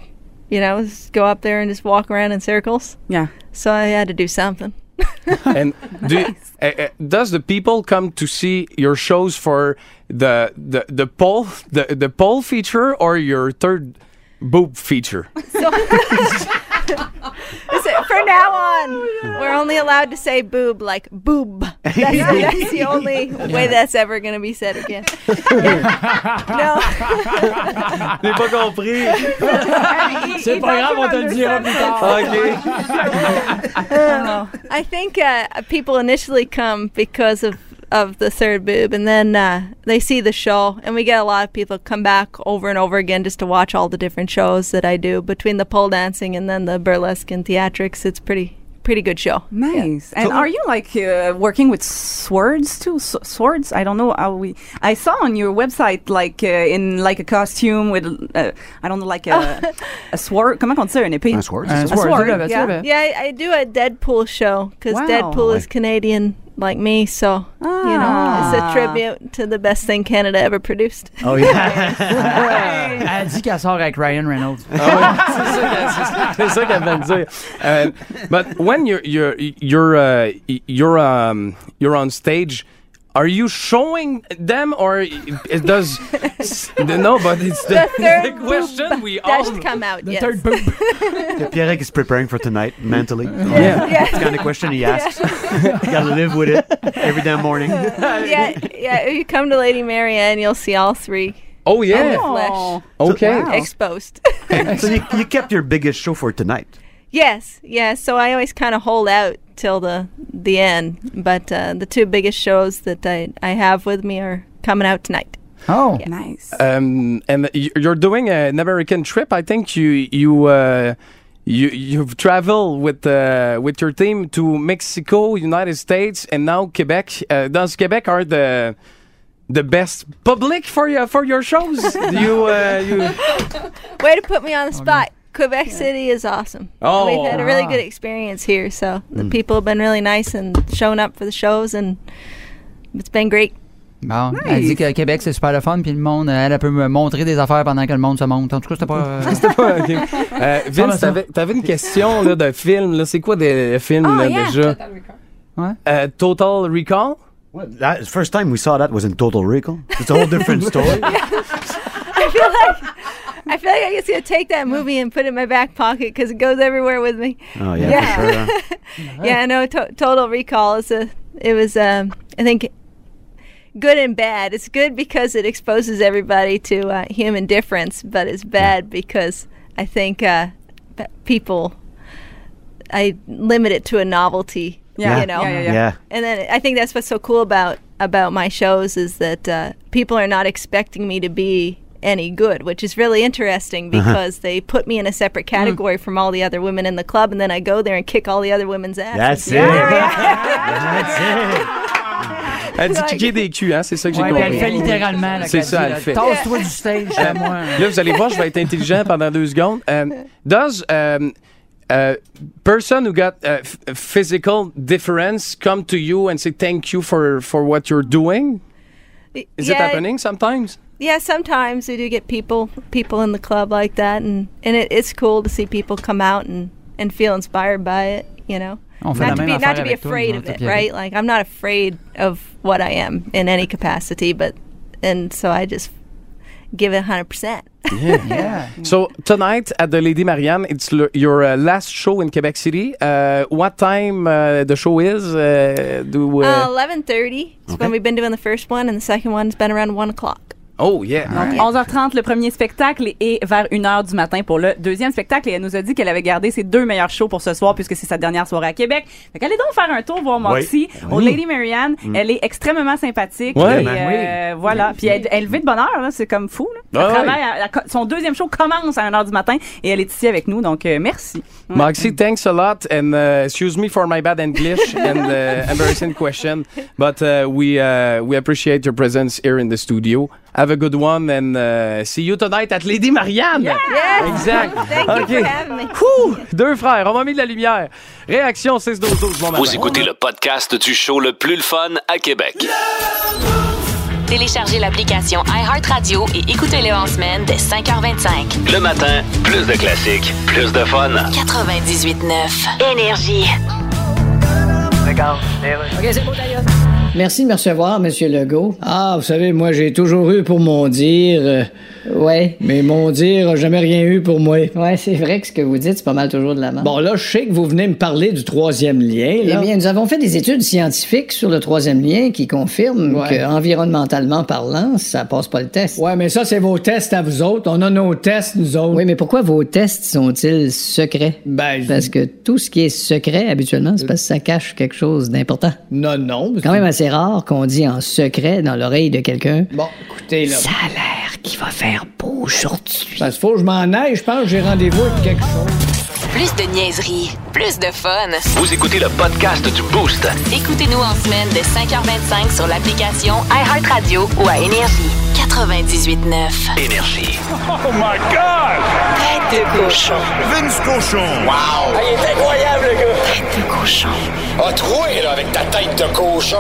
K: You know, just go up there and just walk around in circles.
E: yeah.
K: So I had to do something.
C: And do you- uh, uh, does the people come to see your shows for the the the poll the the poll feature or your third boob feature?
K: So Is it- from now on, we're only allowed to say boob like boob. That's, that's the only way that's ever going to be said again. no.
C: J'ai pas compris.
I: C'est pas grave, on te le dira plus tard.
G: Oh,
C: OK.
K: I think uh, people initially come because of of the third boob, and then uh, they see the show, and we get a lot of people come back over and over again just to watch all the different shows that I do between the pole dancing and then the burlesque and theatrics. It's pretty pretty good show.
E: Nice. And are you like uh, working with swords too? S- swords? I don't know how we. I saw on your website like uh, in like a costume with uh, I don't know like a, a sword. Comment on dit ça? Une épée?
G: Un Oh, sword,
F: Un
G: c'est ça?
F: sword,
E: sword,
F: tu l'avais, tu
E: yeah.
F: l'avais.
K: Yeah, I, I do a Deadpool show because
E: Wow.
K: Deadpool is Canadian like me, so you know it's a tribute to the best thing Canada ever produced.
G: Oh, yeah.
F: Elle dit qu'elle sort avec Ryan Reynolds.
C: C'est ça qu'elle vient de dire. Uh, but when you're you're you're uh, you're um you're on stage are you showing them or it does no but it's the,
K: third boob
C: question we all
K: That should come out. yes.
G: Pierre is preparing for tonight mentally.
C: Yeah.
G: That's the kind of question he asks. you gotta live with it every damn morning.
K: yeah, yeah. If you come to Lady Mary Ann, you'll see all three
C: Oh yeah.
E: Oh.
C: Okay.
E: Wow.
K: exposed.
G: so you, you kept your biggest show for tonight.
K: yes, yeah. So I always kind of hold out till the the end, but uh, the two biggest shows that I I have with me are coming out tonight.
F: Oh.
E: Nice.
C: Um, and y- you're doing an American trip. I think you you uh, you you've traveled with uh, with your team to Mexico, United States, and now Quebec. Uh, does Quebec are the the best public for your for your shows? Do you uh, you
K: Way to put me on the spot. Quebec City is awesome.
C: Oh.
K: We've had a really good experience here, so the people have been really nice and showing up for the shows, and it's been great.
F: Bon, elle dit que Québec, c'est super le fun, puis le monde, euh, elle, elle peut me montrer des affaires pendant que le monde se monte. En tout cas, c'était pas. euh,
C: C'était pas. ok. Euh,
F: Ça va,
C: Vince,
F: Ah, ça.
C: t'avais, t'avais une question là, d'un film. Là. C'est quoi des films
J: Oh,
C: là,
J: yeah.
C: déjà?
F: Ouais.
C: Euh, Total Recall?
G: What? That, first time we saw that was in Total Recall. It's a whole different story.
K: I feel like I feel like I just gonna take that movie and put it in my back pocket because it goes everywhere with me.
G: Oh yeah,
K: Yeah.
G: for sure. huh?
K: Yeah, no, to- Total Recall is a. It was um, I think, good and bad. It's good because it exposes everybody to uh, human difference, but it's bad because I think uh, p- people, I limit it to a novelty.
E: Yeah.
K: you know.
E: Yeah, yeah, yeah.
G: Yeah.
K: And then I think that's what's so cool about about my shows is that uh, people are not expecting me to be any good, which is really interesting because they put me in a separate category from all the other women in the club, and then I go there and kick all the other women's ass.
G: That's it. That's it.
C: Elle dit
K: Like-
C: kicker des culs, hein? c'est ça que j'ai
F: Ouais,
C: compris.
F: elle fait littéralement. là,
C: C'est
F: qu'elle
C: ça,
F: dit,
C: elle
F: là,
C: fait.
F: Tasse-toi du stage, à moi.
C: Là, vous allez voir, je vais être intelligent pendant deux secondes. Euh, does um, uh, person who got uh, f- physical difference come to you and say thank you for, for what you're doing? Is it
K: yeah,
C: happening sometimes?
K: Yeah, sometimes we do get people people in the club like that, and and it, it's cool to see people come out and and feel inspired by it. You know.
F: On fait la
K: Not to
F: même
K: be
F: affaire
K: not to be
F: avec toi,
K: afraid
F: nous
K: of
F: autres,
K: it,
F: Pierre.
K: right? Like I'm not afraid of what I am in any capacity, but and so I just give it 100%.
F: Yeah.
C: So tonight at the Lady Marianne, it's l- your uh, last show in Quebec City. Uh, what time uh, the show is? Uh, do
K: Uh,
C: uh,
K: 11:30 is when we've been doing the first one, and the second one's been around one o'clock.
C: oh yeah.
E: Donc, 11h30, le premier spectacle et vers 1h du matin pour le deuxième spectacle. Et elle nous a dit qu'elle avait gardé ses deux meilleurs shows pour ce soir puisque c'est sa dernière soirée à Québec. Fait qu'allez donc faire un tour voir Moxie au Lady Marianne. Elle est extrêmement sympathique.
C: Ouais.
E: et, euh, Voilà. Puis elle, elle vit de bonne heure, là. c'est comme fou. Là.
C: Ah
E: Elle
C: ouais.
E: travaille à- à- son deuxième show commence à 1h du matin et elle est ici avec nous. Donc, euh, merci.
C: Moxie, thanks a lot, and uh, excuse me for my bad English and uh, embarrassing question, but uh, we uh, we appreciate your presence here in the studio. Have a good one, and uh, see you tonight at Lady Marianne.
K: Yes.
C: Exact.
K: Thank you
C: Okay.
K: for having me.
C: Ouh, deux frères, on m'a mis de la lumière. Réaction 6 12 12 bon
B: Vous
C: matin.
B: écoutez le podcast du show le plus le fun à Québec.
A: Téléchargez l'application iHeartRadio et écoutez-le en semaine dès 5h25.
B: Le matin, plus de classiques, plus de fun.
A: 98.9. Énergie.
J: Merci de me recevoir, Monsieur Legault. Ah, vous savez, moi, j'ai toujours eu pour mon dire. ouais. Mais mon dire a jamais rien eu pour moi. Ouais, c'est vrai que ce que vous dites, c'est pas mal toujours de la main. Bon, là, je sais que vous venez me parler du troisième lien. Là. Eh bien, nous avons fait des études scientifiques sur le troisième lien qui confirment que, environnementalement parlant, ça passe pas le test. Ouais, mais ça, c'est vos tests à vous autres. On a nos tests, nous autres. Oui, mais pourquoi vos tests sont-ils secrets? Ben, parce que tout ce qui est secret, habituellement, c'est parce que ça cache quelque chose d'important. Non, non. C'est quand même assez rare qu'on dit en secret dans l'oreille de quelqu'un. Bon, écoutez, là. Ça a l'air qu'il va faire beau aujourd'hui. Parce faut que je m'en aille, je pense que j'ai rendez-vous avec quelque chose.
A: Plus de niaiserie. Plus de fun.
B: Vous écoutez le podcast du Boost.
A: Écoutez-nous en semaine de 5h25 sur l'application iHeartRadio ou à Énergie. 98.9.
B: Énergie.
A: Tête de cochon.
B: A troué, là, avec ta tête de cochon.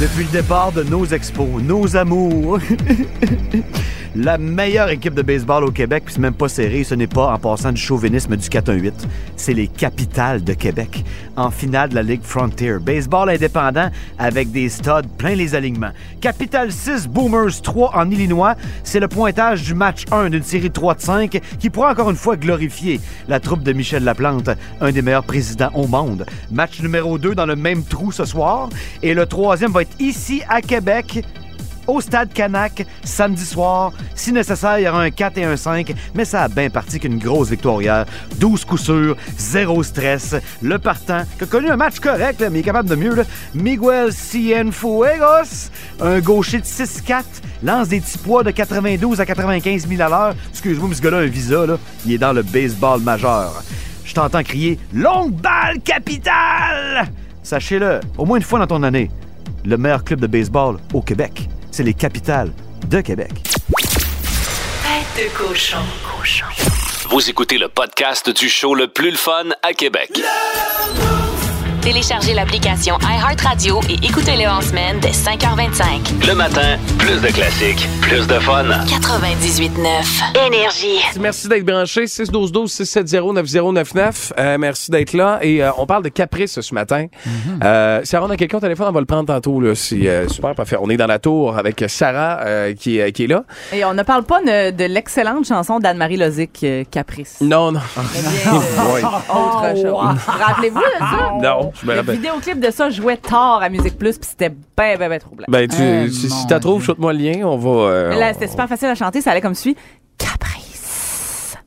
G: Depuis le départ de nos expos, nos amours. La meilleure équipe de baseball au Québec, puis c'est même pas serré, ce n'est pas en passant du chauvinisme du 4-1-8, c'est les capitales de Québec. En finale de la Ligue Frontier, baseball indépendant avec des studs plein les alignements. Capitale 6, Boomers 3 en Illinois, c'est le pointage du match 1 d'une série 3 de 5 qui pourra encore une fois glorifier la troupe de Michel Laplante, un des meilleurs présidents au monde. Match numéro 2 dans le même trou ce soir, et le troisième va être ici à Québec au Stade Canac, samedi soir. Si nécessaire, il y aura un 4 et un 5, mais ça a bien parti qu'une grosse victoire hier. 12 coups sûrs, zéro stress. Le partant, qui a connu un match correct, là, mais il est capable de mieux, là. Miguel Cienfuegos, un gaucher de 6-4, lance des petits poids de 92 à 95 000 à l'heure. Excuse-moi, mais ce gars-là a un visa, là. Il est dans le baseball majeur. Je t'entends crier « Longue balle capitale !» Sachez-le, au moins une fois dans ton année, le meilleur club de baseball au Québec. C'est les capitales de Québec.
A: Tête de cochon.
B: Vous écoutez le podcast du show le plus le fun à Québec.
A: Téléchargez l'application iHeartRadio et écoutez-le en semaine dès 5h25.
B: Le matin, plus de classiques, plus de fun.
A: 98.9 Énergie.
C: Merci d'être branché. 612 12 670 9099. Euh, merci d'être là. Et euh, on parle de caprice ce matin.
J: Mm-hmm.
C: Euh, Sarah, on a quelqu'un au téléphone. On va le prendre tantôt. Là, si, euh, super, parfait. On est dans la tour avec Sarah euh, qui, est- qui est là.
E: Et on ne parle pas ne- de l'excellente chanson d'Anne-Marie Lozic, euh, Caprice.
C: Non, non. Oui.
E: Autre chose. Rappelez-vous de ça?
C: Non, je me
E: Le
C: rappelle.
E: vidéoclip de ça jouait tard à Musique Plus, puis c'était ben, ben, ben troublant.
C: Ben, tu,
F: Euh,
C: si si t'as trouvé, shoot-moi le lien. On va. euh,
E: Mais Là, c'était super facile à chanter, ça allait comme suit. Caprice.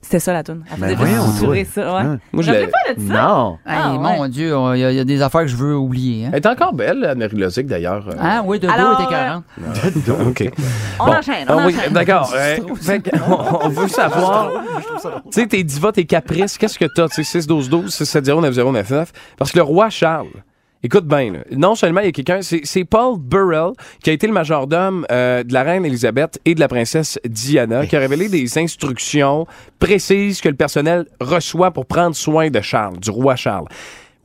E: C'était ça la tune. Elle faisait juste susurrer ça, ouais.
C: Moi, je
E: Rappelez
C: l'ai-
E: pas de ça?
G: Non.
E: Ah,
F: Hey,
E: ouais.
F: Mon Dieu, il y, a- y a des affaires que je veux oublier. Hein?
C: Elle est encore belle, Anne-Marie Lozic, d'ailleurs. Euh,
F: Ah oui, de dos
E: Alors,
F: était 40.
C: OK.
E: On
C: Bon.
E: enchaîne, on
C: Ah oui,
E: enchaîne.
C: d'accord. Euh, fait que on, on veut savoir. Tu sais, tes divas, tes caprices, qu'est-ce que t'as? Tu sais, 6-12-12, 6-7-0-9-0-9-9. Parce que le roi Charles, écoute bien, là, non seulement il y a quelqu'un, c'est c'est Paul Burrell qui a été le majordome euh, de la reine Elisabeth et de la princesse Diana, qui a révélé des instructions précises que le personnel reçoit pour prendre soin de Charles, du roi Charles.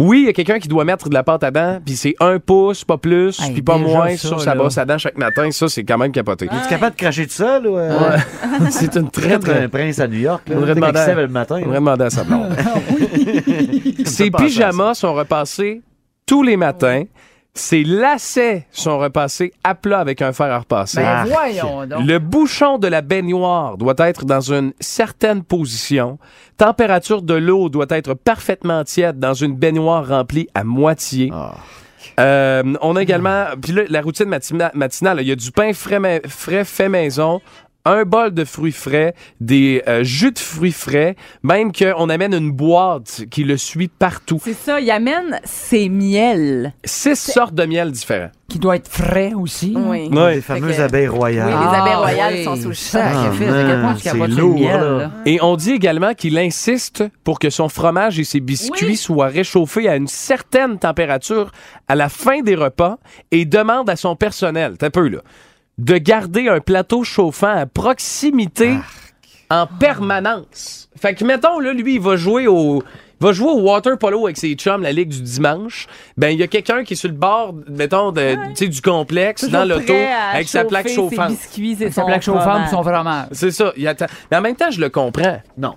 C: Oui, il y a quelqu'un qui doit mettre de la pâte à dents, puis c'est un pouce, pas plus,
F: Hey,
C: puis pas
F: déjà
C: moins
F: ça,
C: sur sa
F: là.
C: brosse à dents chaque matin. Ça, c'est quand même capoté.
G: Es-tu capable de cracher tout seul ou. euh,
C: C'est une très,
G: Peut-être
C: très...
G: un prince à New York, là.
C: On devrait
G: Tu sais, quand
C: demander
G: il
C: à-
G: se lève le matin.
C: On devrait demander à sa blonde.
G: penser
C: Ses
G: à
C: pyjamas sont repassés tous les matins. Ses lacets sont repassés à plat avec un fer à repasser.
F: Ben
G: Ah.
F: voyons donc.
C: Le bouchon de la baignoire doit être dans une certaine position. Température de l'eau doit être parfaitement tiède dans une baignoire remplie à moitié.
G: Ah.
C: Euh, on a également, puis là, la routine matina- matinale, il y a du pain frais, ma- frais fait maison, un bol de fruits frais, des euh, jus de fruits frais, même qu'on amène une boîte qui le suit partout.
E: C'est ça, il amène ses miels.
C: Six sortes de miel différents.
F: Qui doit être frais aussi.
E: Oui.
G: Les fameuses
E: que-
G: abeilles
E: Oui,
G: royales.
E: les
F: Ah,
E: abeilles royales
F: oui.
E: sont sous le champ.
F: Sacrifice,
G: Ah,
F: à quel point
G: man,
F: tu capotes
G: c'est
F: sur le
G: lourd,
F: miel,
G: là.
F: là.
C: Et on dit également qu'il insiste pour que son fromage et ses biscuits
E: Oui.
C: soient réchauffés à une certaine température à la fin des repas et demande à son personnel, t'as peu là, de garder un plateau chauffant à proximité en permanence. Fait que mettons là, lui, il va jouer au il va jouer au water polo avec ses chums la ligue du dimanche. Ben il y a quelqu'un qui est sur le bord, mettons de, tu sais, du complexe dans
E: Toujours
C: l'auto
E: prêt à
C: avec sa plaque
E: chauffer ses
C: chauffante.
E: biscuits et
F: Sa
E: son
F: plaque chauffante
E: fromage.
F: puis son fromage.
C: C'est ça, il attend. Mais en même temps, je le comprends.
G: Non.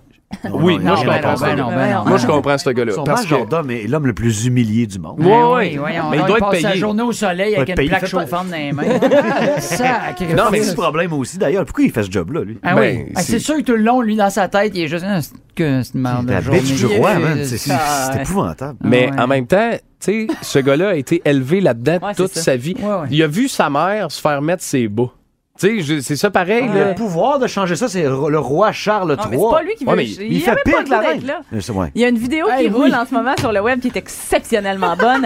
C: Oui, moi, je
F: ben
C: comprends
F: non,
C: ça.
F: ben non, ben non.
C: Moi, je comprends ce gars-là.
G: Son
C: Parce que...
G: majordome est l'homme le plus humilié du monde.
C: Ouais,
F: Ben
C: ouais.
F: voyons,
C: Mais
F: donc,
C: il doit
F: passe
C: être
F: sa
C: payé.
F: journée au soleil avec
G: Doit
F: une
G: être payé,
F: plaque
G: il fait pas-
F: chauffante dans les mains. Sacrifice.
C: Non,
G: Non, mais
C: mais-
G: c'est le problème aussi, d'ailleurs. Pourquoi il fait ce job-là, lui?
F: Ah
C: Ben,
F: oui. Ah,
C: c'est-
F: c'est sûr que tout le long, lui, dans sa tête, il est juste Ah, c'est que c'est une merde de
G: La
F: journée.
G: bitch du roi, man. C'est c'est-
F: Ah,
G: c'est épouvantable.
C: euh, Mais
F: Ouais.
C: en même temps, tu sais, ce gars-là a été élevé là-dedans
E: Ouais,
C: toute
E: c'est ça.
C: sa vie.
F: Ouais, ouais.
C: Il a vu sa mère se faire mettre ses bas. Tu sais, je- c'est ça pareil.
G: Le
C: là.
G: pouvoir de changer ça, c'est ro- le roi Charles
E: Non,
G: III.
E: mais c'est pas lui qui veut.
C: Ouais, mais
E: il,
G: Il,
E: il
G: fait
E: avait pas
G: pire
E: le
G: que
E: goût
G: la
E: d'être
G: reine.
E: là.
G: Euh, c'est- ouais.
E: Il y a une vidéo
F: Hey,
E: qui roule
F: oui. Ah
E: en ce moment sur le web qui est exceptionnellement bonne.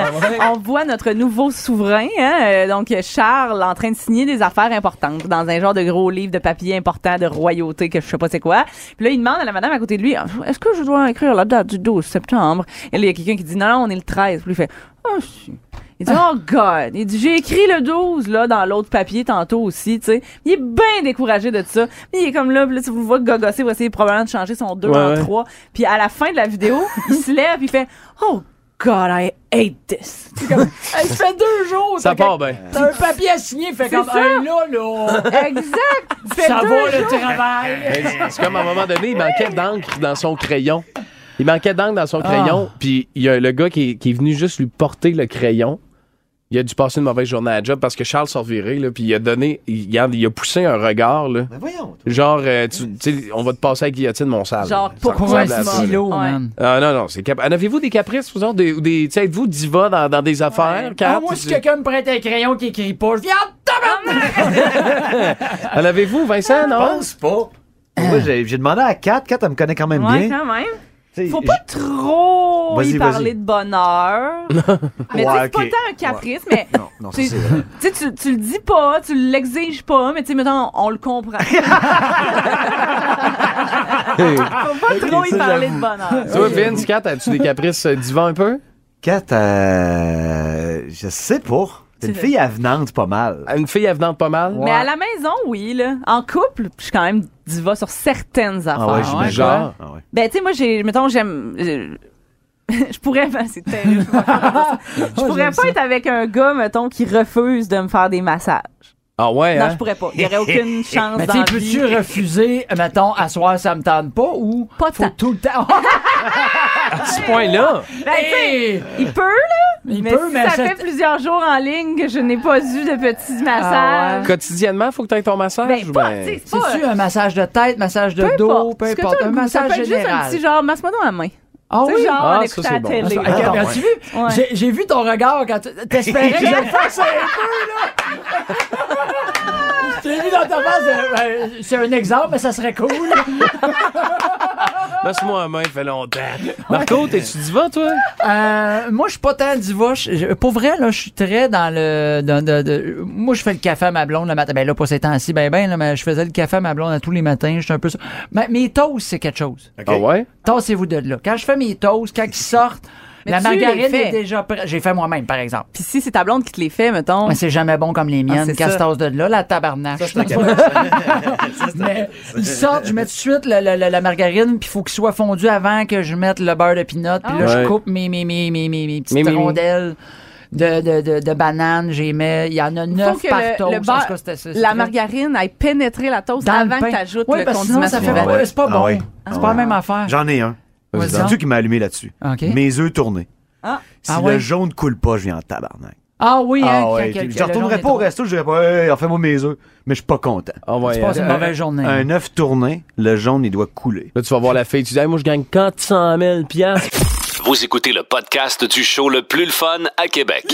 E: On voit notre nouveau souverain, hein, euh, donc Charles, en train de signer des affaires importantes dans un genre de gros livre de papier important de royauté que je sais pas c'est quoi. Puis là, il demande à la madame à côté de lui, est-ce que je dois écrire la date du 12 septembre? Et là, il y a quelqu'un qui dit, non, non, on est le 13. Puis il fait, oh, si. Il dit, oh God. Il dit, j'ai écrit le 12, là, dans l'autre papier tantôt aussi, tu sais. Il est bien découragé de ça. Puis il est comme là, puis là, tu vois gogosser, va essayer probablement de changer son 2
C: Ouais,
E: en
C: ouais.
E: 3. Puis à la fin de la vidéo, il se lève, puis il fait, oh God, I hate this. C'est comme, Hey, ça fait deux jours.
C: Ça
E: t'as
C: part bien.
F: T'as un papier à signer, fait
E: C'est
F: comme
E: ça.
F: Hey, là, là.
E: quel- Exact. Ça fait
F: Ça
E: deux
F: va
E: jours.
F: le travail.
C: Mais c'est- C'est comme à un moment donné, il manquait d'encre dans son crayon. Il manquait d'encre dans
F: Ah.
C: son crayon. Puis il y a le gars qui, est- qui est venu juste lui porter le crayon. Il a dû passer une mauvaise journée à la job parce que Charles s'est reviré, là, puis il a donné, il, regarde, il a poussé un regard, là.
G: Mais Ben, voyons.
C: Genre, euh, tu, tu sais, on va te passer à la guillotine, mon sale.
E: Genre,
C: Ça
F: Pour
E: pourquoi
F: un
C: ressemble à ça, là.
F: stylo,
E: Ouais.
F: man.
C: Ah non, non, c'est cap. En avez-vous des caprices, vous autres? Des, ou des, tu sais, êtes-vous diva dans, dans des affaires? Kat?
F: Ah, moi, si quelqu'un me prête un crayon qui écrit pas, je ah, viens
C: En avez-vous, Vincent,
G: Je
C: non?
G: pense pas. Moi, j'ai j'ai demandé à Kat. Kat, elle me connaît quand même
E: Ouais,
G: bien.
E: quand même.
G: Tu sais,
E: Faut pas trop
G: Vas-y,
E: y
G: vas-y.
E: parler de bonheur. mais tu sais,
G: Ouais,
E: c'est pas
G: ok.
E: tant un caprice, mais
G: je- Non, non, ça,
E: Tu-
G: c'est vrai.
E: tu sais, tu, tu le dis pas, tu l'exiges pas, mais tu sais, mettons, on le comprend. Faut pas trop y
G: ça,
E: parler de
G: j'avoue.
E: bonheur.
C: Toi, Vince, Kat, as-tu des caprices euh, diva un peu?
G: Kat, euh, je sais pas. T'es une fille avenante pas mal.
C: Une fille avenante pas mal?
E: Mais à la maison, oui. Là. En couple, je suis quand même diva sur certaines affaires.
C: ouais, j'imagine. Genre? Ah ouais.
E: Ben, tu sais, moi, j'ai, mettons, j'aime. je- Je pourrais pas, c'est terrible. je pourrais pas être avec un gars, mettons, qui refuse de me faire des massages.
C: Ah
G: Eh
C: ouais,
E: non,
F: hein?
E: je pourrais pas. Il y aurait aucune
G: Ben,
E: chance
F: Mais tu
E: dans
F: sais,
E: la vie.
F: peux-tu refuser, mettons, à soir, ça me tente pas ou. Pas faut tout le temps.
C: À ce point-là.
E: Ben, tu sais, il peut, là.
F: Il
E: mais Ah
F: peut,
E: si
F: mais
E: ça
F: ça-
E: fait plusieurs jours en ligne que je n'ai pas eu de petit massage.
C: Quotidiennement, faut que tu aies ton massage? ou ben-
F: C'est-tu un massage de tête, massage de
E: Peu
F: dos,
E: importe.
F: peu
E: Ce que
F: importe.
E: t'as
F: Un
E: le goût, ça
F: massage
E: peut être juste un
F: général.
E: petit genre, masse-moi dans la main.
F: Ah
E: Tu sais,
F: oui?
E: genre,
F: Ah,
E: en
F: ça,
E: écoutant
F: c'est
E: la
F: bon.
E: télé.
F: Ah, regarde, as-tu vu?
E: Ouais.
F: J'ai- J'ai vu ton regard quand tu. T'espérais que j'allais faire ça. J'ai vu dans ta face, euh, euh, c'est un exemple, mais ça serait cool.
C: Laisse-moi la main, fait longtemps. Marco, t'es-tu diva, toi?
F: Euh, moi, je suis pas tant diva. Je- je- Pour vrai, là, je suis très dans le. dans- de- de- moi, je fais le café à ma blonde le matin. Ben là, pas ces temps-ci, ben ben, là, mais je faisais le café à ma blonde à tous les matins. J'étais un peu ça. Mais mes toasts, c'est quelque chose.
C: Ah ouais?
F: Tassez-vous de là. Quand je fais mes toasts, quand ils sortent,
E: Mais
F: la
E: tu les
F: margarine
E: fais.
F: est déjà prête. J'ai fait moi-même, par exemple.
E: Puis si c'est ta blonde qui te les fait, mettons.
F: Mais c'est jamais bon comme les
E: Ah,
F: miennes.
E: c'est
F: Casse
E: ça.
F: tasse de là, la tabarnak. Mais ils sortent, je mets tout de suite le- le- le- la margarine, puis il faut qu'il soit fondu avant que je mette le beurre de pinot. Puis là,
C: Ouais.
F: je coupe mes, mes, mes, mes, mes, mes petites
C: Mes- mes- mes-
F: rondelles de, de, de, de bananes. J'y mets, il y en a
E: faut
F: neuf
E: que
F: par
E: le-
F: toast.
E: le
F: En
E: beurre-
F: tout cas, c'était ça,
E: la
F: c'était-
E: margarine aille pénétrer la toast
F: Dans le
E: avant
F: pain.
E: que t'ajoutes
F: Ouais,
E: le
F: parce que sinon,
E: condiment.
F: ça fait
E: suivant.
G: Ah,
F: pas- ouais, c'est pas bon. C'est pas la même affaire.
G: J'en ai un.
F: Vas-y
G: C'est
F: donc.
G: tu qui m'a allumé là-dessus.
F: OK.
G: Mes œufs tournés.
E: Ah.
G: Si
F: Ah
G: le
F: ouais?
G: jaune coule pas, je viens en tabarnak.
F: Ah oui, hein,
G: Ah ouais,
F: que- que- que
G: je
F: le jaune
G: retournerai
F: est
G: pas au resto, je dirais pas, hey, fais-moi mes œufs. Mais je suis pas content.
C: Ah ouais.
F: Tu passes une
C: hein.
F: mauvaise journée.
G: Un œuf tourné, le jaune, il doit couler.
C: Là, tu vas voir la fille, tu dis, Hey, moi, je gagne 400 000 piastres.
B: Vous écoutez le podcast du show le plus le fun à Québec.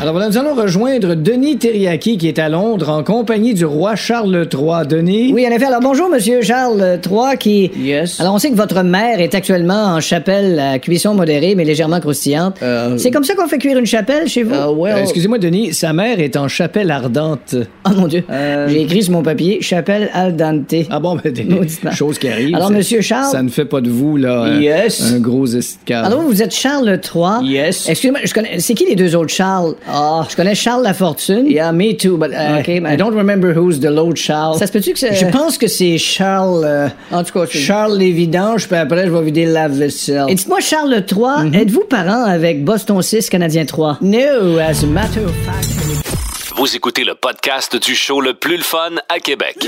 I: Alors voilà, nous allons rejoindre Denis Terriaki qui est à Londres en compagnie du roi Charles III. Denis.
J: Oui, en effet. Alors bonjour, Monsieur Charles III, qui. Yes. Alors on sait que votre mère est actuellement en chapelle à cuisson modérée mais légèrement croustillante. C'est comme ça qu'on fait cuire une chapelle chez vous
I: Euh, Excusez-moi, Denis, sa mère est en chapelle ardente. Euh,
J: Oh mon Dieu. J'ai écrit sur mon papier chapelle al dente.
I: Ah bon, ben, des
J: Maudit mal.
I: choses qui arrivent.
J: Alors,
I: ça-
J: Monsieur Charles-
I: Ça ne fait pas de vous, là, un-
J: Yes.
I: un gros escale.
J: Alors, vous êtes Charles III.
I: Yes.
J: Excusez-moi, je connais. C'est qui les deux autres Charles? Ah. Je connais Charles La Fortune. Yeah, me too, but okay,
I: I don't remember who's the Lord Charles.
J: Ça se peut-tu que c'est-
I: Je pense que c'est Charles. euh,
J: En tout cas, c'est-
I: Charles les vidanges, puis après, je vais vider Mhm. le lave-vaisselle.
J: Et dites-moi, Charles III, êtes-vous parent avec Boston 6, Canadien 3?
I: No, as a matter of fact.
B: Vous écoutez le podcast du show le plus le fun à Québec.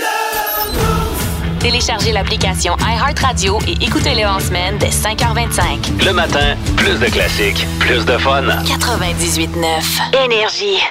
A: Téléchargez l'application iHeartRadio et écoutez-le en semaine dès 5h25.
B: Le matin, plus de classiques, plus de fun.
A: 98.9 Énergie.